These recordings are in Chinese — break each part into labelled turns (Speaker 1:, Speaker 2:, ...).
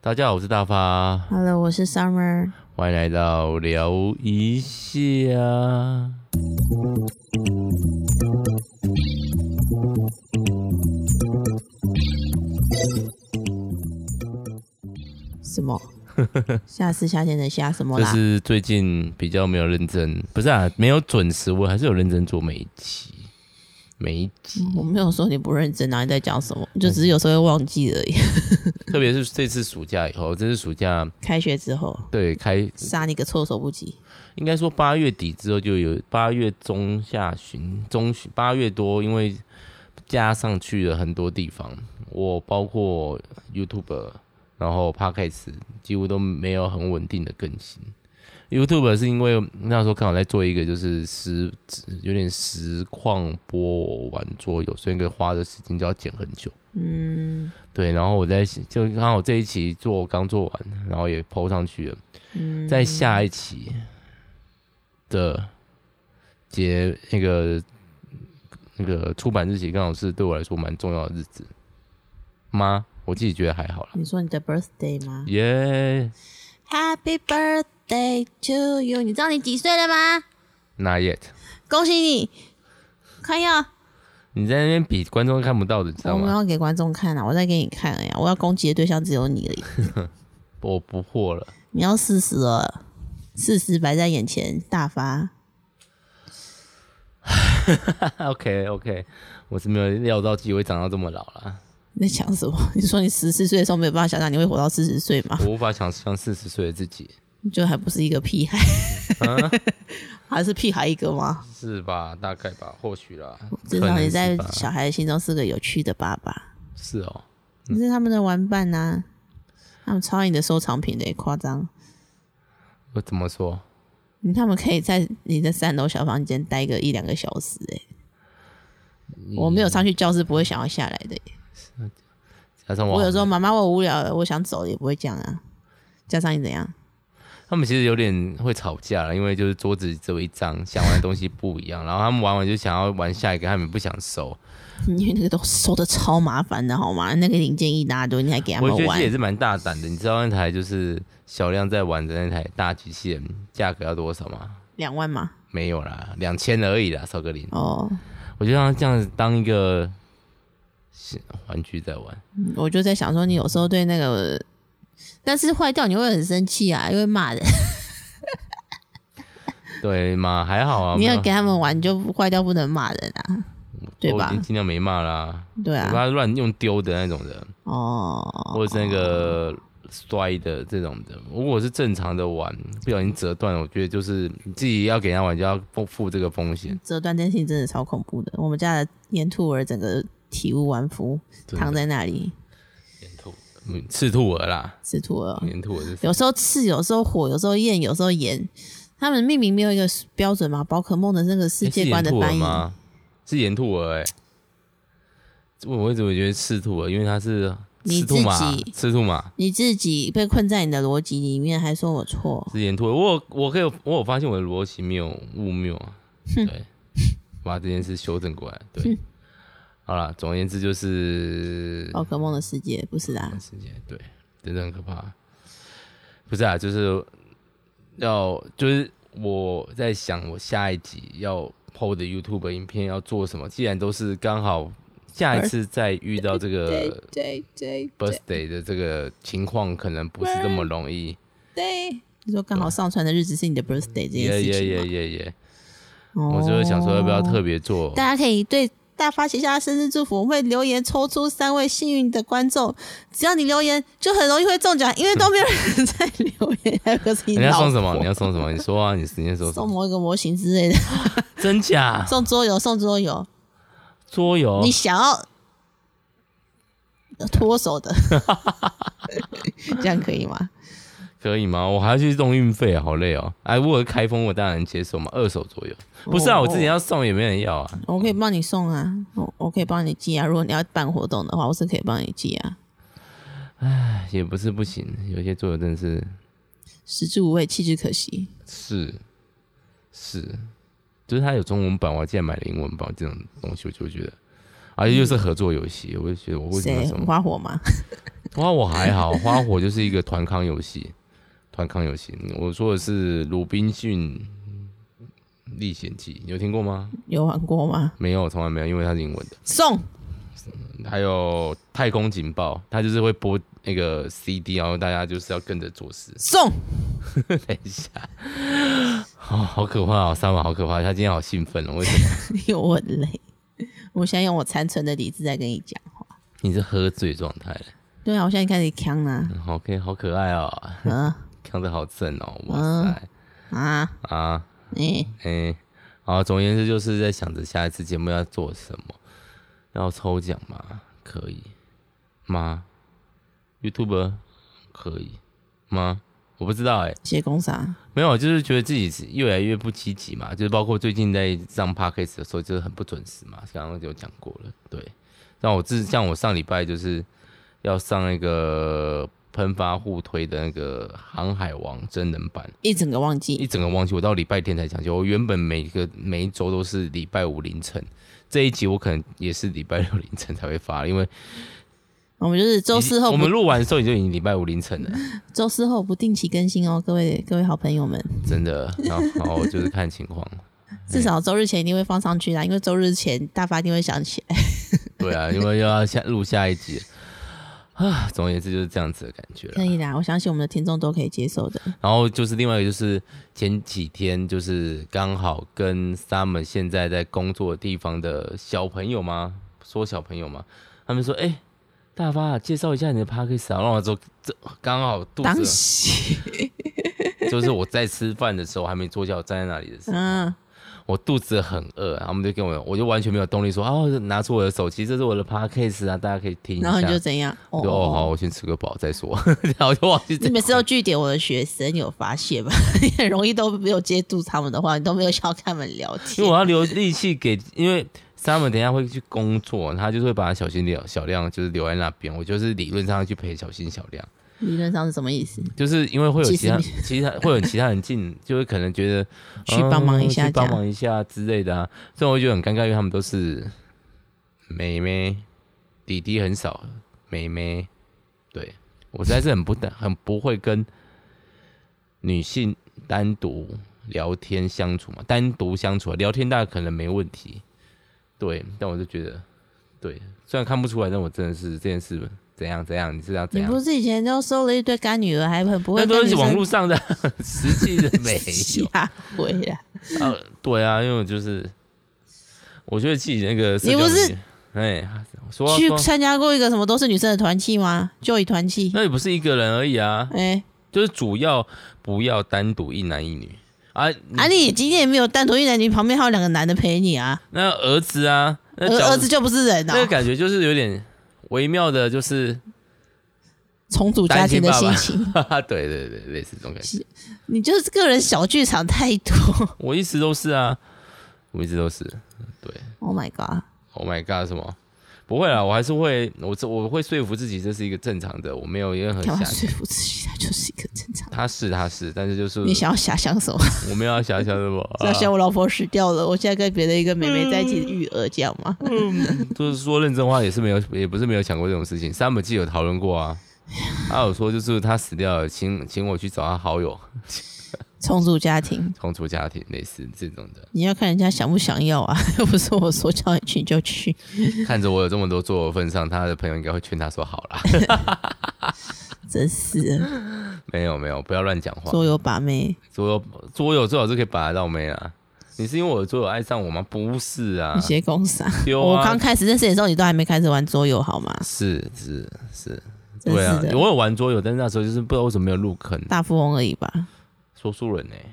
Speaker 1: 大家好，我是大发，
Speaker 2: Hello，我是 Summer。
Speaker 1: 欢迎来到聊一下。
Speaker 2: 什 么？下次夏天的夏什么
Speaker 1: 这
Speaker 2: 啦？
Speaker 1: 是最近比较没有认真，不是啊，没有准时，我还是有认真做每一集，每一集，
Speaker 2: 我没有说你不认真啊，你在讲什么？你就只是有时候会忘记 而已。
Speaker 1: 特别是这次暑假以后，这次暑假
Speaker 2: 开学之后，
Speaker 1: 对开
Speaker 2: 杀你个措手不及。
Speaker 1: 应该说八月底之后就有八月中下旬、中旬八月多，因为加上去了很多地方，我包括 YouTube，然后 Podcast 几乎都没有很稳定的更新。YouTube 是因为那时候刚好在做一个就是实有点实况播玩桌游，所以那个花的时间就要剪很久。
Speaker 2: 嗯
Speaker 1: 对，然后我在就刚好这一期做刚做完，然后也 PO 上去了。
Speaker 2: 嗯，
Speaker 1: 在下一期的节那个那个出版日期，刚好是对我来说蛮重要的日子吗？我自己觉得还好啦。
Speaker 2: 你说你的 birthday 吗
Speaker 1: 耶、
Speaker 2: ？Happy birthday to you！你知道你几岁了吗？
Speaker 1: yeah,，Not yet。
Speaker 2: 恭喜你！看呀，
Speaker 1: 你在那边比观众看不到的，你知道
Speaker 2: 哦我没
Speaker 1: 吗？
Speaker 2: 有给观众看啊，我在给你看了呀。我要攻击的对象只有你而已。
Speaker 1: 我不惑了，
Speaker 2: 你要四十了，事实摆在眼前，大发。
Speaker 1: OK OK，我是没有料到自己会长到这么老啦，
Speaker 2: 你在想什么？ 你说你十四岁的时候没有办法想象你会活到四十岁吗？
Speaker 1: 我无法想象四十岁的自己，
Speaker 2: 就还不是一个屁孩，
Speaker 1: 啊
Speaker 2: 还是屁孩一个吗？
Speaker 1: 是吧？大概吧，或许啦，
Speaker 2: 至
Speaker 1: 可
Speaker 2: 少
Speaker 1: 能
Speaker 2: 你
Speaker 1: 是
Speaker 2: 在
Speaker 1: 吧
Speaker 2: 小孩的心中是个有趣的爸爸，
Speaker 1: 是哦，
Speaker 2: 你是他们的玩伴呐、他们超你的收藏品的、夸张！
Speaker 1: 我怎么说？
Speaker 2: 你他们可以在你的三楼小房间待个一两个小时、欸，
Speaker 1: 嗯
Speaker 2: 我没有上去教室不会想要下来的、欸
Speaker 1: 加上我
Speaker 2: 我
Speaker 1: 好
Speaker 2: 有时候妈妈我无聊了，我想走也不会这样啊。加上你怎样？
Speaker 1: 他们其实有点会吵架了，因为就是桌子只有一张，想玩的东西不一样，然后他们玩完就想要玩下一个，他们不想收。
Speaker 2: 嗯因为那个都收的超麻烦的好吗？那个零件一大堆，你还给他
Speaker 1: 我
Speaker 2: 们
Speaker 1: 觉得
Speaker 2: 玩
Speaker 1: 这也？是蛮大胆的，你知道那台就是小亮在玩的那台大机器人价格要多少吗？
Speaker 2: 两万吗？
Speaker 1: 没有啦，两千而已啦，少个零。
Speaker 2: 哦，
Speaker 1: 我就让他这样子当一个是玩具在玩，
Speaker 2: 我就在想说，你有时候对那个，但是坏掉你会很生气啊，因为骂人。
Speaker 1: 对嘛？还好啊，
Speaker 2: 你
Speaker 1: 没
Speaker 2: 要
Speaker 1: 有嗯
Speaker 2: 给他们玩，你就坏掉不能骂人啊， 对
Speaker 1: 我
Speaker 2: 吧
Speaker 1: 已经？尽量没骂啦，
Speaker 2: 对
Speaker 1: 我
Speaker 2: 啊，
Speaker 1: 怕乱用丢的那种人。
Speaker 2: 哦，
Speaker 1: 或者是那个摔的这种的。如果是正常的玩，不小心折断了，我觉得就是你自己要给人家玩，就要负负这个风险。
Speaker 2: 折断这件事情真的超恐怖的。我们家的粘兔儿整个体无完肤，躺在那里
Speaker 1: 嗯，赤兔儿啦，
Speaker 2: 吃兔儿，
Speaker 1: 粘兔儿是
Speaker 2: 有时候刺，有时候火，有时候焰，有时候炎。他们命名没有一个标准嘛？宝可梦的那个世
Speaker 1: 诶哎是
Speaker 2: 界
Speaker 1: 岩
Speaker 2: 观的
Speaker 1: 兔儿
Speaker 2: 翻译，
Speaker 1: 吗？是岩兔儿哎、我我怎么觉得赤兔儿？因为它是
Speaker 2: 你
Speaker 1: 赤兔马
Speaker 2: 自己，
Speaker 1: 赤兔马
Speaker 2: 你自己被困在你的逻辑里面，还说我错，
Speaker 1: 是岩兔儿。我有我可以有我有发现我的逻辑没有误谬啊，对，把这件事修正过来。对，好了，总而言之就是嗯
Speaker 2: 宝可梦的世界不是啦。
Speaker 1: 世界，对，真的很可怕。不是啊，就是要就是我在想，我下一集要 PO 的 YouTube 影片要做什么？既然都是刚好下一次再遇到这个
Speaker 2: 对对
Speaker 1: birthday 的这个情况，可能不是这么容易。
Speaker 2: 对，你说刚好上传的日子是你的 birthday 这件
Speaker 1: 耶
Speaker 2: 事
Speaker 1: 耶
Speaker 2: 情
Speaker 1: 耶
Speaker 2: 吗
Speaker 1: 耶耶！
Speaker 2: 哦
Speaker 1: 我就会想说，要不要特别做？哎
Speaker 2: 大家可以对大发写下生日祝福，我们会留言抽出三位幸运的观众，只要你留言就很容易会中奖，因为都没有人在留言，还有个是你
Speaker 1: 你要
Speaker 2: 老
Speaker 1: 送
Speaker 2: 婆
Speaker 1: 什么？你要送什么？你说啊，你今天说什
Speaker 2: 送
Speaker 1: 么？
Speaker 2: 某一个模型之 类的，
Speaker 1: 真假？
Speaker 2: 送桌游，送桌游，
Speaker 1: 桌游
Speaker 2: 你？想要呃脱手 的，这样可以吗？
Speaker 1: 可以吗？我还要去弄运费，好累哦。哎，如果是开封，我当然接受嘛，二手左右。不是啊，
Speaker 2: 哦
Speaker 1: 我之前要送也没人要啊。
Speaker 2: 我可以帮你送啊，我我可以帮你寄啊。如果你要办活动的话，我是可以帮你寄啊。
Speaker 1: 哎也不是不行，有些桌游真的是
Speaker 2: 食之无味，弃之可惜。
Speaker 1: 是是，就是它有中文版，我竟然买了英文版这啊种东西，我就会觉得，而且又是合作游戏，我就觉得我为什么要
Speaker 2: 谁
Speaker 1: 送？
Speaker 2: 花火吗？
Speaker 1: 花火还好，花火就是一个团康游戏，团康游戏。我说的是《鲁滨逊历险记》，有听过吗？
Speaker 2: 有玩过吗？
Speaker 1: 没有，从来没有，因为它是英文的。
Speaker 2: 送
Speaker 1: 还有《太空警报》，它就是会播那个 CD，然后大家就是要跟着做事。
Speaker 2: 送，
Speaker 1: 等一下，好、好可怕哦，三娃好可怕，他今天好兴奋哦，为什么？
Speaker 2: 因为我很累，我现在用我残存的理智在跟你讲话。
Speaker 1: 你是喝醉状态了。
Speaker 2: 对啊，我现在开始呛啦、
Speaker 1: 嗯 OK，好可爱哦，
Speaker 2: 啊，
Speaker 1: 看着好正哦，哇塞、
Speaker 2: 啊啊，
Speaker 1: 啊！
Speaker 2: 你、
Speaker 1: 哎、好，总而言之就是在想着下一次节目要做什么，要抽奖吗？可以吗？YouTube 可以吗？我不知道哎、
Speaker 2: 谢工啥？
Speaker 1: 没有，就是觉得自己是越来越不积极嘛，就是包括最近在上 podcast 的时候，就是很不准时嘛，刚刚有讲过了，对。像我自像我上礼拜就是要上那个喷发互推的那个航海王真人版，
Speaker 2: 一整个忘
Speaker 1: 一
Speaker 2: 记，
Speaker 1: 整个忘记，我到礼拜天才想起。我原本每个每一周都是礼拜五凌晨，这一集我可能也是礼拜六凌晨才会发，因为
Speaker 2: 我们就是周四后
Speaker 1: 我
Speaker 2: 不
Speaker 1: 们录完的时候已经已经礼拜五凌晨了，
Speaker 2: 周四后不定期更新哦，各位各位好朋友们，
Speaker 1: 真的。然后然后就是看情况，
Speaker 2: 至少周日前一定会放上去啦，因为周日前大发一定会想起来。
Speaker 1: 对啊，因为又要下录下一集啊。总而言之就是这样子的感觉
Speaker 2: 可
Speaker 1: 了。
Speaker 2: 以啦，我相信我们的听众都可以接受的。
Speaker 1: 然后就是另外一个就是前几天就是刚好跟 Summer 现在在工作的地方的小朋友吗？说小朋友吗？他们说，哎、大发介绍一下你的 p a c k a g e 啊，让我说这刚好肚
Speaker 2: 当
Speaker 1: 子，
Speaker 2: 时，
Speaker 1: 就是我在吃饭的时候还没坐下，我站在那里的时候，
Speaker 2: 嗯，
Speaker 1: 我肚子很饿，啊然后他们就跟我，我就完全没有动力说，哦，拿出我的手机，这是我的 p a c k a g e 啊，大家可以听一下。
Speaker 2: 然后你就怎样？
Speaker 1: 我就哦好，，我先吃个饱再说， 然后我就忘记这
Speaker 2: 你每次都据点我的学生，你有发现 吧？你很容易都没有接住他们的话，你都没有想要跟他们聊
Speaker 1: 因为
Speaker 2: 天。
Speaker 1: 我要留力气给，因为 Summer 等一下会去工作，他就是会把小新留小亮就是留在那边，我就是理论上要去陪小新小亮，
Speaker 2: 理论上是什么意思？
Speaker 1: 就是因为会有
Speaker 2: 其
Speaker 1: 其他
Speaker 2: 实
Speaker 1: 其他会有其他人进，就会可能觉得
Speaker 2: 去帮忙一
Speaker 1: 嗯
Speaker 2: 下
Speaker 1: 去
Speaker 2: 这样
Speaker 1: 帮忙一下之类的啊，所以我就觉得很尴尬，因为他们都是妹妹，弟弟很少，妹妹，对我实在是很不很不会跟女性单独聊天相处嘛，单独相处啊聊天大家可能没问题，对，但我就觉得，对，虽然看不出来，但我真的是这件事怎样怎样，你是要怎
Speaker 2: 你
Speaker 1: 样
Speaker 2: 不？是以前就收了一堆干女儿，还很不会
Speaker 1: 那
Speaker 2: 跟
Speaker 1: 都
Speaker 2: 女
Speaker 1: 是
Speaker 2: 生
Speaker 1: 网络上的，实际的没有。
Speaker 2: 下回来。
Speaker 1: 啊，对啊，因为我就是，我觉得自己那个社
Speaker 2: 你不
Speaker 1: 交
Speaker 2: 是
Speaker 1: 媒体哎，说到
Speaker 2: 去
Speaker 1: 说到
Speaker 2: 参加过一个什么都是女生的团契吗？就以团契。
Speaker 1: 那也不是一个人而已啊，
Speaker 2: 哎、
Speaker 1: 就是主要不要单独一男一女啊，
Speaker 2: 啊，你今天也没有单独一男女，旁边还有两个男的陪你啊，
Speaker 1: 那儿子啊，那
Speaker 2: 儿
Speaker 1: 角
Speaker 2: 儿子就不是人
Speaker 1: 那个
Speaker 2: 哦，
Speaker 1: 感觉就是有点微妙的，就是
Speaker 2: 重组家庭的心情，
Speaker 1: 哈哈，对对对，类似这种感觉，
Speaker 2: 你就是个人小剧场太多。
Speaker 1: 我一直都是啊，我一直都是，对
Speaker 2: Oh my god！
Speaker 1: ，Oh my God，什么？不会啦，我还是会，我这我会说服自己这是一个正常的，我没有任何
Speaker 2: 干
Speaker 1: 遐
Speaker 2: 嘛
Speaker 1: 想。
Speaker 2: 说服自己？他就是一个正常。
Speaker 1: 他是他是，但是就是
Speaker 2: 你想要遐想什么？
Speaker 1: 我们要想想什么啊
Speaker 2: 是要 想我老婆死掉了，我现在跟别的一个妹妹在一起育儿，这样吗？
Speaker 1: 就是说认真话也是没有，也不是没有想过这种事情。三本记有讨论过 啊，他有说就是他死掉了，请请我去找他好友，
Speaker 2: 重组家庭，
Speaker 1: 重组家庭，类似这种的。
Speaker 2: 你要看人家想不想要啊， 又不是我说叫你去你就去。
Speaker 1: 看着我有这么多做的份上，他的朋友应该会劝他说好啦，
Speaker 2: 真是的
Speaker 1: 没有没有，不要乱讲话。
Speaker 2: 桌游把妹，
Speaker 1: 桌游桌游最好是可以把得到妹啊。你是因为我的桌游爱上我吗？不是啊
Speaker 2: 你，些公司啊。
Speaker 1: 丢
Speaker 2: 我
Speaker 1: 啊
Speaker 2: 刚，开始认识你的时候，你都还没开始玩桌游好吗？
Speaker 1: 是是是，
Speaker 2: 真
Speaker 1: 对啊
Speaker 2: 是，的，
Speaker 1: 我有玩桌游，但是那时候就是不知道为什么没有入坑，
Speaker 2: 大富翁而已吧。
Speaker 1: 说书人呢、欸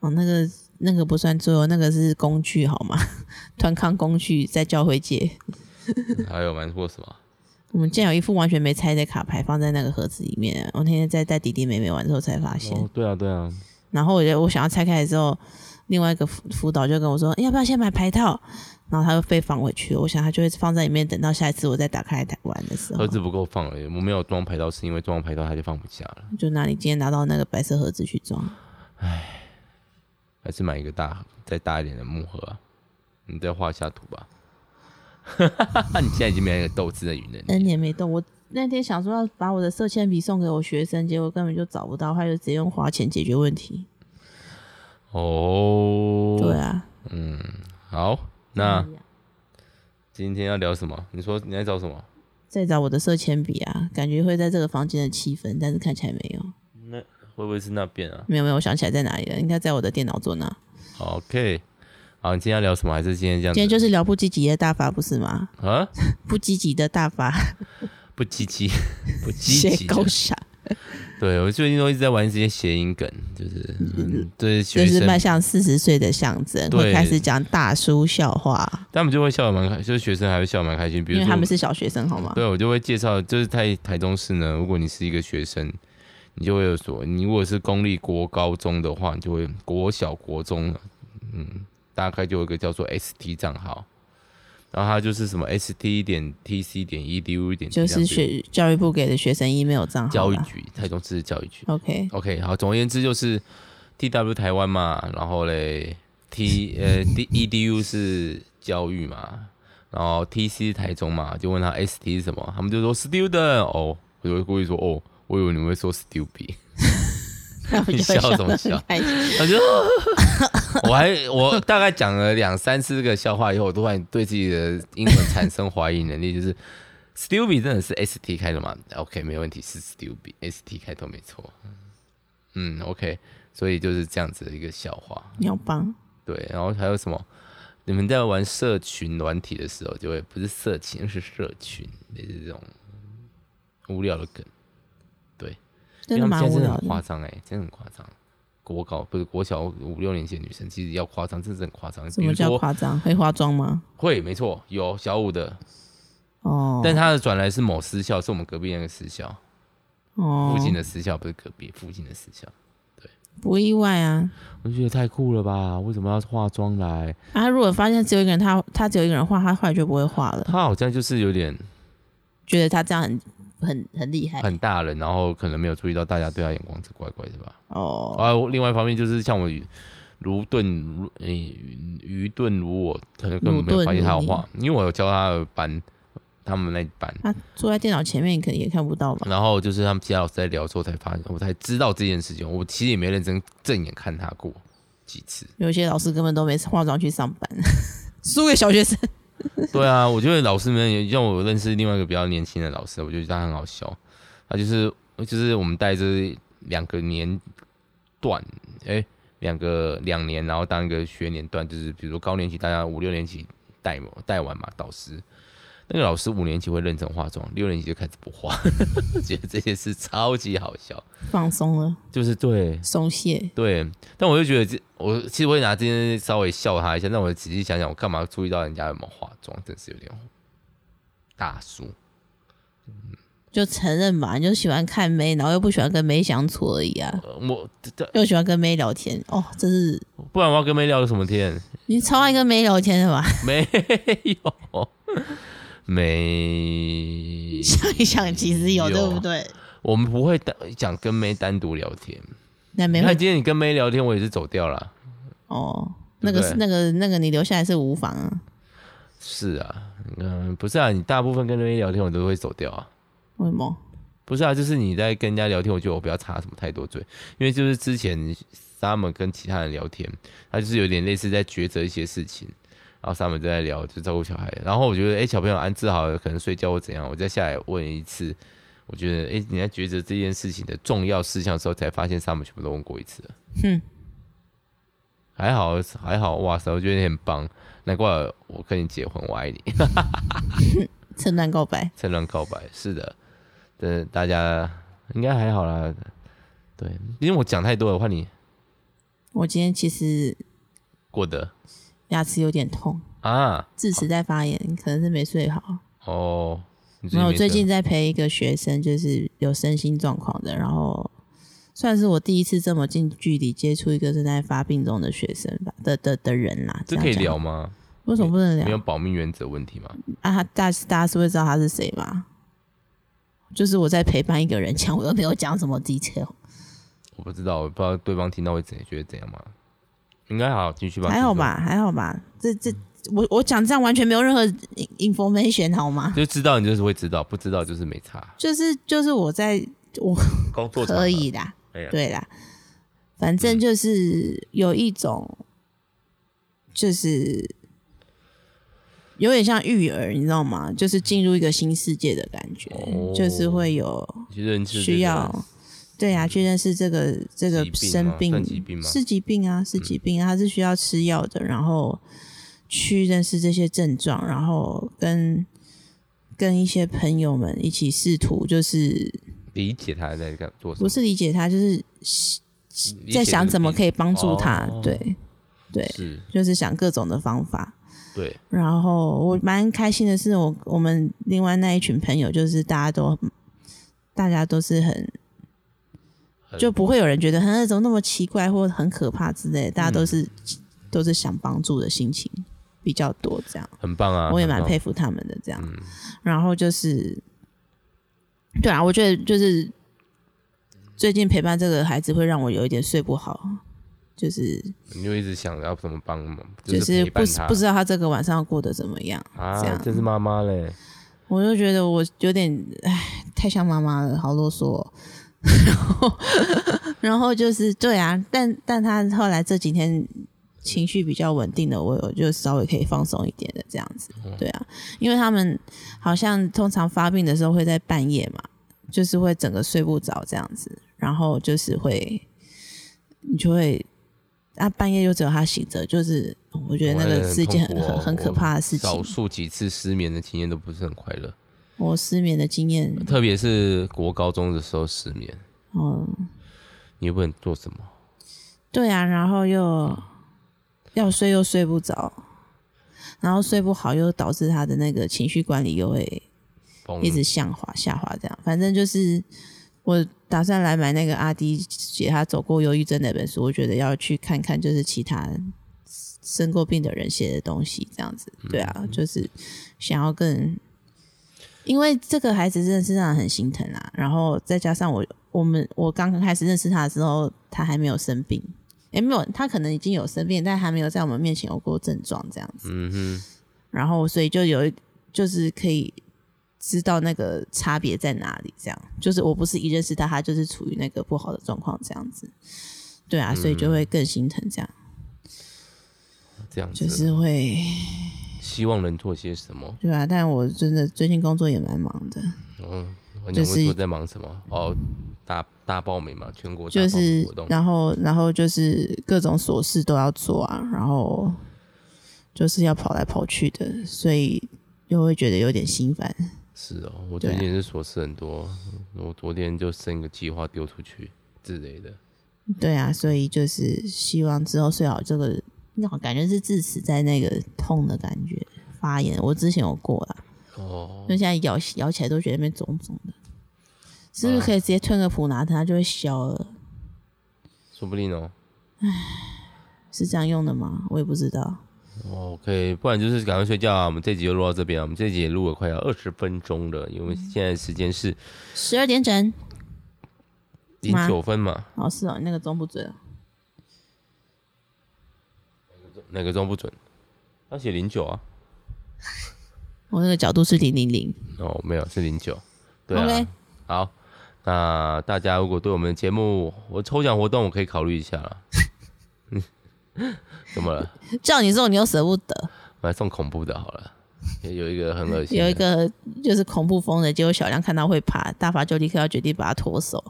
Speaker 2: 哦，那个那个不算桌游，那个是工具好吗？ 团康工具在教会界，
Speaker 1: 还有玩过什么？
Speaker 2: 我们竟然有一副完全没拆的卡牌放在那个盒子里面。我那天在带弟弟妹妹玩的时候才发现，
Speaker 1: 哦，对啊，对啊，
Speaker 2: 然后我就我想要拆开的时候，另外一个辅辅导就跟我说、哎要不要先买牌套？然后他又被放回去了，我想他就会放在里面，等到下一次我再打开来玩的时候
Speaker 1: 盒，子不够放而已，我没有装排到，是因为装排到它就放不下了，
Speaker 2: 就拿你今天拿到那个白色盒子去装。
Speaker 1: 还是买一个大再大一点的木盒啊。你 再画一下图吧。你现在已经没有那个斗志的语能力，
Speaker 2: 嗯 N 年没动，我那天想说要把我的色铅笔送给我学生，结果根本就找不到，他就直接用花钱解决问题。
Speaker 1: 哦，
Speaker 2: 对啊，
Speaker 1: 好，那
Speaker 2: 哎呀
Speaker 1: 今天要聊什么？你说你在找什么？
Speaker 2: 再找我的色铅笔啊，感觉会在这个房间的气氛，但是看起来没有，
Speaker 1: 那会不会是那边啊
Speaker 2: 没有没有，我想起来在哪里了，应该在我的电脑桌那。
Speaker 1: ？OK，好，你今天要聊什么？还是今天这样
Speaker 2: 今天
Speaker 1: 子？
Speaker 2: 就是聊不积极的大法，不是吗？
Speaker 1: 啊，
Speaker 2: 不积极的大法，
Speaker 1: 不积极，不积
Speaker 2: 写
Speaker 1: 极的。
Speaker 2: 狗傻，
Speaker 1: 对我最近都一直在玩这些谐音梗，就是、嗯、对
Speaker 2: 这
Speaker 1: 学
Speaker 2: 是
Speaker 1: 生
Speaker 2: 迈向四十岁的象征，
Speaker 1: 对
Speaker 2: 会开始讲大叔笑话，
Speaker 1: 他们就会笑得蛮开，就是学生还会笑得蛮开心。比
Speaker 2: 因
Speaker 1: 如
Speaker 2: 为
Speaker 1: 说，
Speaker 2: 他们是小学生，好吗？
Speaker 1: 对我就会介绍，就是在台中市呢，如果你是一个学生，你就会有所，你如果是公立国高中的话，你就会国小国中，嗯，大概就有一个叫做 ST 账号，然后它就是什么 ST 点 TC 点 E EDU 点，
Speaker 2: 就是学教育部给的学生 email 账号啦
Speaker 1: 教育局，台中市教育局。
Speaker 2: OK，
Speaker 1: OK，好，总而言之就是 TW 台湾嘛，然后嘞 T 呃 D EDU 是教育嘛，然后 TC 台中嘛，就问他 ST 是什么，他们就说 student 哦，我就会故意说哦，我以为你们会说 stupid，
Speaker 2: 那我就 会
Speaker 1: 你笑
Speaker 2: 得
Speaker 1: 什么笑
Speaker 2: 很开心
Speaker 1: 我就 我还我大概讲了两三次这个笑话以后，我突然对自己的英文产生怀疑能力， 就是 stupid 真的是 ST 开头吗？OK，没问题，是 stupid，ST 开头没错。嗯，OK，所以就是这样子的一个笑话。
Speaker 2: 你好棒！
Speaker 1: 对，然后还有什么？你们在玩社群软体的时候，就会不是色情，是社群，类似这种无聊的梗。对，
Speaker 2: 真的蛮无
Speaker 1: 因为他们现在真
Speaker 2: 聊
Speaker 1: 的很
Speaker 2: 的
Speaker 1: 夸。张哎，真的很夸张。国高不是国小五六年级的女生，其实要夸张，真的是很夸张。
Speaker 2: 什
Speaker 1: 比
Speaker 2: 么
Speaker 1: 如
Speaker 2: 叫
Speaker 1: 说
Speaker 2: 夸张？会化妆吗？
Speaker 1: 会，没错，有小五的，
Speaker 2: 哦，
Speaker 1: 但她的转来是某私校，是我们隔壁那个私校，
Speaker 2: 哦
Speaker 1: 附，近的私校，不是隔壁，附近的私校。
Speaker 2: 不意外啊。
Speaker 1: 我就觉得太酷了吧？为什么要化妆来？
Speaker 2: 啊，如果发现只有一个人他他只有一个人画，他后来就不会画了，
Speaker 1: 她好像就是有点
Speaker 2: 觉得他这样很很很厉害
Speaker 1: 很大人，然后可能没有注意到大家对他眼光是怪怪的吧。
Speaker 2: 哦。
Speaker 1: 啊，我另外一方面就是像我卢顿如诶愚钝如我，可能根本没有发现他的话，因为我有教他的班，他们那一班，
Speaker 2: 他坐在电脑前面，可能也看不到吧？
Speaker 1: 然后就是他们其他老师在聊的时候才发现，我才知道这件事情，我其实也没认真正眼看他过几次。
Speaker 2: 有些老师根本都没化妆去上班，输给小学生。
Speaker 1: 对啊，我觉得老师们也像我认识另外一个比较年轻的老师，我觉得他很好笑。他就是就是我们带这两个年段，哎、两个两年，然后当一个学年段，就是比如说高年级大家五六年级带嘛带完嘛，导师那个老师五年级会认真化妆，六年级就开始不化， 觉得这件事超级好笑。
Speaker 2: 放松了，
Speaker 1: 就是对
Speaker 2: 松懈。对
Speaker 1: 对，但我就觉得这我其实我会拿这件事稍微笑他一下，但我仔细想想，我干嘛注意到人家有没有化妆，真是有点大叔。
Speaker 2: 就承认吧，你就喜欢看妹，然后又不喜欢跟妹相处而已啊，
Speaker 1: 呃我这
Speaker 2: 又喜欢跟妹聊天。哦，这是
Speaker 1: 不然我要跟妹聊什么天？
Speaker 2: 你超爱跟妹聊天的吧？
Speaker 1: 没有，没，
Speaker 2: 想一想，其实有
Speaker 1: 有
Speaker 2: 对不对？
Speaker 1: 我们不会单讲跟妹单独聊天。
Speaker 2: 那没
Speaker 1: 你
Speaker 2: 会
Speaker 1: 看今天你跟妹聊天，我也是走掉了。
Speaker 2: 哦，
Speaker 1: 对
Speaker 2: 那
Speaker 1: 不
Speaker 2: 个
Speaker 1: 对
Speaker 2: 是那个那个你留下来是无妨啊。
Speaker 1: 是啊，嗯，不是啊，你大部分跟妹聊天我都会走掉啊。
Speaker 2: 为什么？
Speaker 1: 不是啊，就是你在跟人家聊天，我觉得我不要插什么太多嘴，因为就是之前 Summer 跟其他人聊天，他就是有点类似在抉择一些事情，然后 Summer 就在聊就照顾小孩，然后我觉得哎、诶小朋友安置好了，可能睡觉或怎样，我再下来问一次，我觉得哎、诶你在抉择这件事情的重要事项的时候，才发现 Summer 全部都问过一次了。
Speaker 2: 哼，
Speaker 1: 还好还好，哇塞，我觉得你很棒，难怪我跟你结婚，我爱你。
Speaker 2: 趁乱告白，
Speaker 1: 趁乱告白，是的，但大家应该还好啦。对，因为我讲太多了，换你
Speaker 2: 我今天其实
Speaker 1: 过得
Speaker 2: 牙齿有点痛，
Speaker 1: 啊，
Speaker 2: 智齿在发炎，可能是没睡好。
Speaker 1: 哦，你
Speaker 2: 然后我
Speaker 1: 没
Speaker 2: 最
Speaker 1: 事
Speaker 2: 近在陪一个学生，就是有身心状况的，然后算是我第一次这么近距离接触一个正在发病中的学生吧的的的人啦。
Speaker 1: 这
Speaker 2: 样
Speaker 1: 可以
Speaker 2: 讲
Speaker 1: 聊？吗？
Speaker 2: 为什么不能
Speaker 1: 没有
Speaker 2: 聊？
Speaker 1: 保密原则问题吗？
Speaker 2: 啊，他大大家是会知道他是谁吗？就是我在陪伴一个人讲，我又没有讲什么 detail，
Speaker 1: 我不知道，我不知道对方听到会怎觉得怎样吗？应该好，继续吧。
Speaker 2: 还好
Speaker 1: 继续吧？
Speaker 2: 吧，还好吧。这这我我讲这样完全没有任何 information 好吗？
Speaker 1: 就知道你就是会知道，不知道就是没差。
Speaker 2: 就是就是我在我
Speaker 1: 工作场合
Speaker 2: 可以啦，
Speaker 1: 哎呀
Speaker 2: 对啦，反
Speaker 1: 嗯
Speaker 2: 正就是有一种，就是有点像育儿，你知道吗？就是进入一个新世界的感觉，
Speaker 1: 哦
Speaker 2: 就是会有
Speaker 1: 其实人是
Speaker 2: 需要，对呀、去认识这个这个
Speaker 1: 疾病吗算
Speaker 2: 生
Speaker 1: 疾病吗嗯
Speaker 2: 是疾病啊，是疾病、啊，它是需要吃药的，然后去认识这些症状，然后跟跟一些朋友们一起试图就是
Speaker 1: 理解他在干做什么，
Speaker 2: 不是理解他，就是
Speaker 1: 理解
Speaker 2: 在想
Speaker 1: 这个
Speaker 2: 怎么
Speaker 1: 病
Speaker 2: 可以帮助他，
Speaker 1: 哦
Speaker 2: 对对，
Speaker 1: 是
Speaker 2: 就是想各种的方法。
Speaker 1: 对
Speaker 2: 然后我蛮开心的是我，我们另外那一群朋友，就是大家都大家都是很
Speaker 1: 很
Speaker 2: 就不会有人觉得很怎么那么奇怪或很可怕之类的，大家
Speaker 1: 嗯
Speaker 2: 都是、都是想帮助的心情比较多，这样
Speaker 1: 很棒啊，
Speaker 2: 我也
Speaker 1: 很
Speaker 2: 蛮
Speaker 1: 棒嗯
Speaker 2: 佩服他们的这样。然后就是，对啊，我觉得就是最近陪伴这个孩子会让我有一点睡不好，就是
Speaker 1: 你就一直想着要怎么帮忙，
Speaker 2: 就是
Speaker 1: 陪
Speaker 2: 不
Speaker 1: 伴他
Speaker 2: 不知道他这个晚上过得怎么样，这
Speaker 1: 啊，
Speaker 2: 样
Speaker 1: 这是妈妈嘞，
Speaker 2: 我就觉得我有点唉，太像妈妈了，好啰嗦哦、 然后，然后就是对啊，但但他后来这几天情绪比较稳定的，我有就稍微可以放松一点的这样子，
Speaker 1: 嗯
Speaker 2: 对啊，因为他们好像通常发病的时候会在半夜嘛，就是会整个睡不着这样子，然后就是会你就会。啊，半夜又只有他醒着，就是我觉得那
Speaker 1: 我也
Speaker 2: 个
Speaker 1: 很
Speaker 2: 是一件很
Speaker 1: 痛苦哦
Speaker 2: 很很可
Speaker 1: 我
Speaker 2: 怕的事情。
Speaker 1: 少数几次失眠的经验都不是很快乐，
Speaker 2: 我失眠的经验，
Speaker 1: 特别是国高中的时候失眠，
Speaker 2: 嗯，
Speaker 1: 你又不能做什么，
Speaker 2: 对啊，然后又要睡又睡不着，然后睡不好又导致他的那个情绪管理又会
Speaker 1: 崩
Speaker 2: 一直向滑下滑，这样。反正就是我打算来买那个阿迪写他走过忧郁症那本书，我觉得要去看看，就是其他生过病的人写的东西，这样子。对啊，就是想要更。因为这个孩子真的是让人很心疼啊，然后再加上我，我们我刚刚开始认识他的时候，他还没有生病，也没有，他可能已经有生病，但还没有在我们面前有过症状这样子。
Speaker 1: 嗯哼，
Speaker 2: 然后所以就有一就是可以知道那个差别在哪里，这样就是我不是一认识到他就是处于那个不好的状况这样子，对啊，所以
Speaker 1: 嗯
Speaker 2: 就会更心疼，这样
Speaker 1: 这样子，
Speaker 2: 就是会
Speaker 1: 希望能做些什么，
Speaker 2: 对啊，但我真的最近工作也蛮忙的，
Speaker 1: 嗯，我
Speaker 2: 就
Speaker 1: 讲
Speaker 2: 是
Speaker 1: 会说在忙什么哦。大大报名嘛，全国大
Speaker 2: 就
Speaker 1: 报名
Speaker 2: 是
Speaker 1: 活动，
Speaker 2: 然后然后就是各种琐事都要做啊，然后就是要跑来跑去的，所以又会觉得有点心烦，
Speaker 1: 是哦，我
Speaker 2: 对
Speaker 1: 最
Speaker 2: 啊
Speaker 1: 近也是琐事很多，我昨天就生一个计划丢出去之类的，
Speaker 2: 对啊，所以就是希望之后最好这个，那种感觉是智齿在那个痛的感觉发炎，我之前有过啦，
Speaker 1: 哦，
Speaker 2: 就现在咬咬起来都觉得那边肿肿的，是
Speaker 1: 哎
Speaker 2: 不是可以直接吞个普拿疼，它就会消了？
Speaker 1: 说不定哦，
Speaker 2: 是这样用的吗？我也不知道。
Speaker 1: 哦，OK，不然就是赶快睡觉啊！我们这集就录到这边啊，我们这集也录了快要二十分钟了，因为现在时间是
Speaker 2: 十二点整，
Speaker 1: 零九分嘛，
Speaker 2: 哦是哦，你那个钟不准哦，
Speaker 1: 哪个钟不准？要写零九啊？
Speaker 2: 我那个角度是零零零。
Speaker 1: 哦，没有，是零九。对啊
Speaker 2: OK
Speaker 1: 好，那大家如果对我们的节目，我抽奖活动我可以考虑一下了。 怎么了？
Speaker 2: 叫你送你又舍不得，
Speaker 1: 我来送恐怖的好了，有一个很恶心的，
Speaker 2: 有一个就是恐怖风的，结果小亮看到会怕，大发就立刻要决定把它脱手。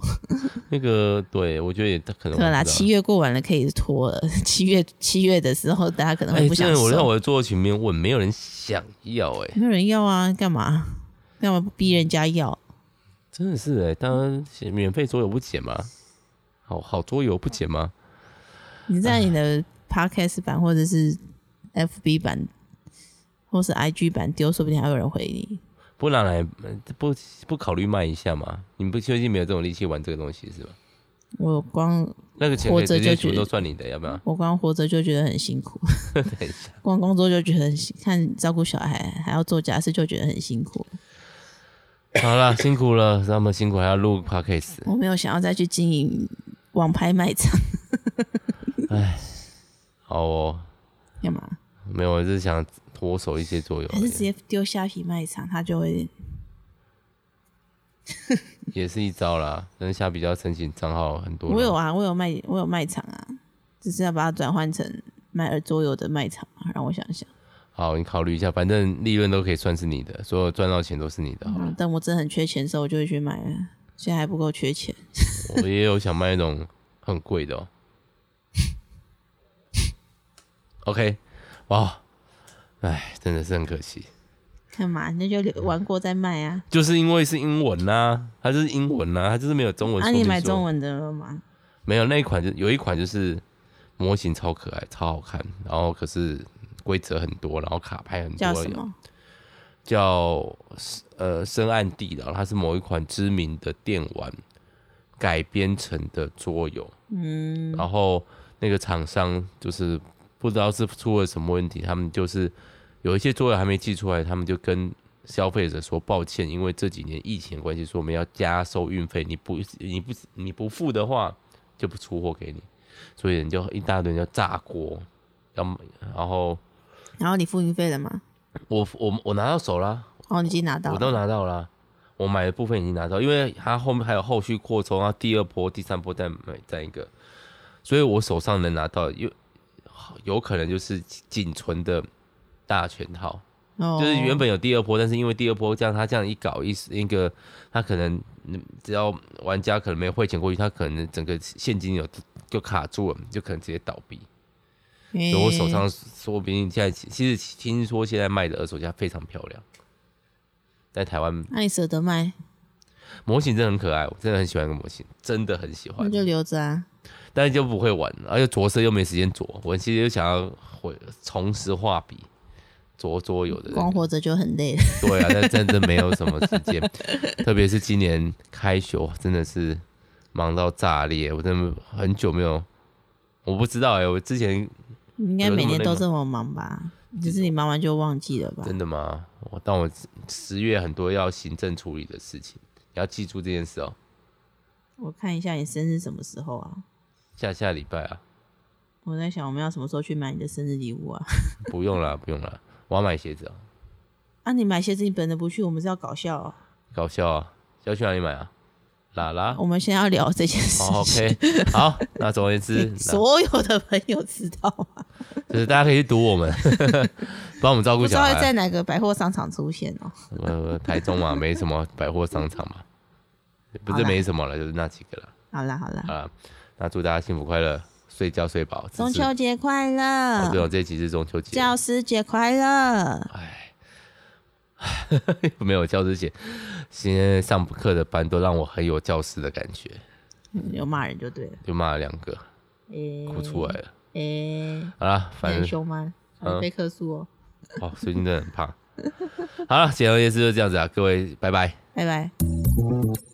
Speaker 1: 那个，对我觉得也可能我
Speaker 2: 对啦，
Speaker 1: 不知道
Speaker 2: 七月过完了可以拖 了。七月七月的时候，大家可能
Speaker 1: 哎，
Speaker 2: 会不想
Speaker 1: 真的，
Speaker 2: 收。
Speaker 1: 我在我的座右群里面问，没有人想要哎、
Speaker 2: 没有人要啊，干嘛干嘛不逼人家要？
Speaker 1: 真的是哎、当
Speaker 2: 嗯
Speaker 1: 然写免费桌游不减吗？好好桌游不减吗？
Speaker 2: 你在你的 podcast 版或者是 FB 版或是 IG 版丢，说不定还有人回你。
Speaker 1: 不然来不不考虑卖一下吗？你不最近没有这种力气玩这个东西是吧？
Speaker 2: 我光
Speaker 1: 那个钱可以
Speaker 2: 活着
Speaker 1: 直接
Speaker 2: 就
Speaker 1: 全
Speaker 2: 觉
Speaker 1: 部
Speaker 2: 得
Speaker 1: 都算你的，要不 要？
Speaker 2: 我光活着就觉得很辛苦，
Speaker 1: 等一下，
Speaker 2: 光工作就觉得很辛，看照顾小孩还要做家事就觉得很辛苦。
Speaker 1: 好了，辛苦了，那么辛苦还要录 podcast，
Speaker 2: 我没有想要再去经营网拍卖场，
Speaker 1: 好哦，
Speaker 2: 干嘛？
Speaker 1: 没有，我是想脱手一些作用而
Speaker 2: 还是直
Speaker 1: 已，
Speaker 2: 接丢虾皮卖场，它就会
Speaker 1: 也是一招啦。但是虾比较申请账号很多人，
Speaker 2: 我有啊，我有卖，我有卖场啊，只是要把它转换成卖桌游的卖场嘛。让我想想，
Speaker 1: 好，你考虑一下，反正利润都可以算是你的，所有赚到钱都是你的。好了，
Speaker 2: 等嗯我真的很缺钱的时候，我就会去买了。现在还不够缺钱，
Speaker 1: 我也有想卖那种很贵的、哦。OK，哇，哎，真的是很可惜，
Speaker 2: 干嘛？那就留玩过再卖啊。
Speaker 1: 就是因为是英文呐、它就是英文呐、它就是没有中文。
Speaker 2: 啊，
Speaker 1: 说不
Speaker 2: 你
Speaker 1: 定
Speaker 2: 买
Speaker 1: 说
Speaker 2: 中文的了吗？
Speaker 1: 没有那一款就有一款就是模型超可爱、超好看，然后可是规则很多，然后卡牌很多，
Speaker 2: 叫什么？
Speaker 1: 叫呃深暗地牢，它是某一款知名的电玩改编成的桌游，
Speaker 2: 嗯，
Speaker 1: 然后那个厂商就是不知道是出了什么问题，他们就是有一些桌游还没寄出来，他们就跟消费者说抱歉，因为这几年疫情的关系，说我们要加收运费，你不你不你不付的话就不出货给你，所以人就一大堆人要炸锅，要么然后
Speaker 2: 然后你付运费了吗？
Speaker 1: 我我我拿到手啦，
Speaker 2: 哦，你已经拿到
Speaker 1: 我都
Speaker 2: 了。
Speaker 1: 拿到了啊，我买的部分已经拿到，因为它后面还有后续扩充，然后第二波、第三波再买再一个，所以我手上能拿到有有可能就是仅存的大全套，
Speaker 2: 哦，
Speaker 1: 就是原本有第二波，但是因为第二波这样，他这样一搞一那个，他可能嗯只要玩家可能没有汇钱过去，他可能整个现金流就就卡住了，就可能直接倒闭。所以我手上说不定现在其实听说现在卖的二手价非常漂亮，在台湾
Speaker 2: 那、你舍得卖，
Speaker 1: 模型真的很可爱，我真的很喜欢那个模型，真的很喜欢
Speaker 2: 那，就留着啊。
Speaker 1: 但是就不会玩，而且着色又没时间着。我其实又想要回重拾画笔，着桌游的那
Speaker 2: 光
Speaker 1: 个。
Speaker 2: 活着就很累了，
Speaker 1: 对啊，但真的没有什么时间，特别是今年开学，哇真的是忙到炸裂。我真的很久没有，我不知道哎、我之前
Speaker 2: 你应该
Speaker 1: 有那
Speaker 2: 每
Speaker 1: 么
Speaker 2: 年
Speaker 1: 累
Speaker 2: 都
Speaker 1: 吗
Speaker 2: 这么忙吧？只是你忙完就忘记了吧？
Speaker 1: 真的吗？我但我十月很多要行政处理的事情，你要记住这件事哦、
Speaker 2: 我看一下你生日什么时候啊？
Speaker 1: 下下礼拜啊，
Speaker 2: 我在想我们要什么时候去买你的生日礼物啊？
Speaker 1: 不用了，不用了，我要买鞋子啊，
Speaker 2: 啊，你买鞋子你本来不去，我们是要搞笑、哦。
Speaker 1: 搞笑啊！要去哪里买啊？啦啦、
Speaker 2: 我们先要聊这件事情，
Speaker 1: o k 好，那总而言之，哦那
Speaker 2: 所有的朋友知道吗？
Speaker 1: 就是大家可以去堵我们， 帮我们照
Speaker 2: 不
Speaker 1: 顾
Speaker 2: 知
Speaker 1: 小
Speaker 2: 道
Speaker 1: 孩啊
Speaker 2: 会。在哪个百货商场出现哦。
Speaker 1: 呃，台中嘛，没什么百货商场嘛，不
Speaker 2: 好
Speaker 1: 是
Speaker 2: 啦
Speaker 1: 没什么了，就是那几个了。
Speaker 2: 好啦好啦，
Speaker 1: 好啦，那祝大家幸福快乐，睡觉睡饱。
Speaker 2: 中秋节啊快
Speaker 1: 哦，对
Speaker 2: 乐，
Speaker 1: 哦，这一集是中秋节，
Speaker 2: 教师节快乐，
Speaker 1: 哎， 没有教师节，现在上课的班都让我很有教师的感觉，
Speaker 2: 嗯有骂人就对了。
Speaker 1: 就骂了两个，
Speaker 2: 诶、
Speaker 1: 哭出来了。
Speaker 2: 诶、
Speaker 1: 好啦，
Speaker 2: 你
Speaker 1: 反正
Speaker 2: 很凶吗？
Speaker 1: 嗯
Speaker 2: 被克诉哦，
Speaker 1: 哦，最近真的很胖。好了，简而言之就这样子啊，各位拜拜。
Speaker 2: 拜拜。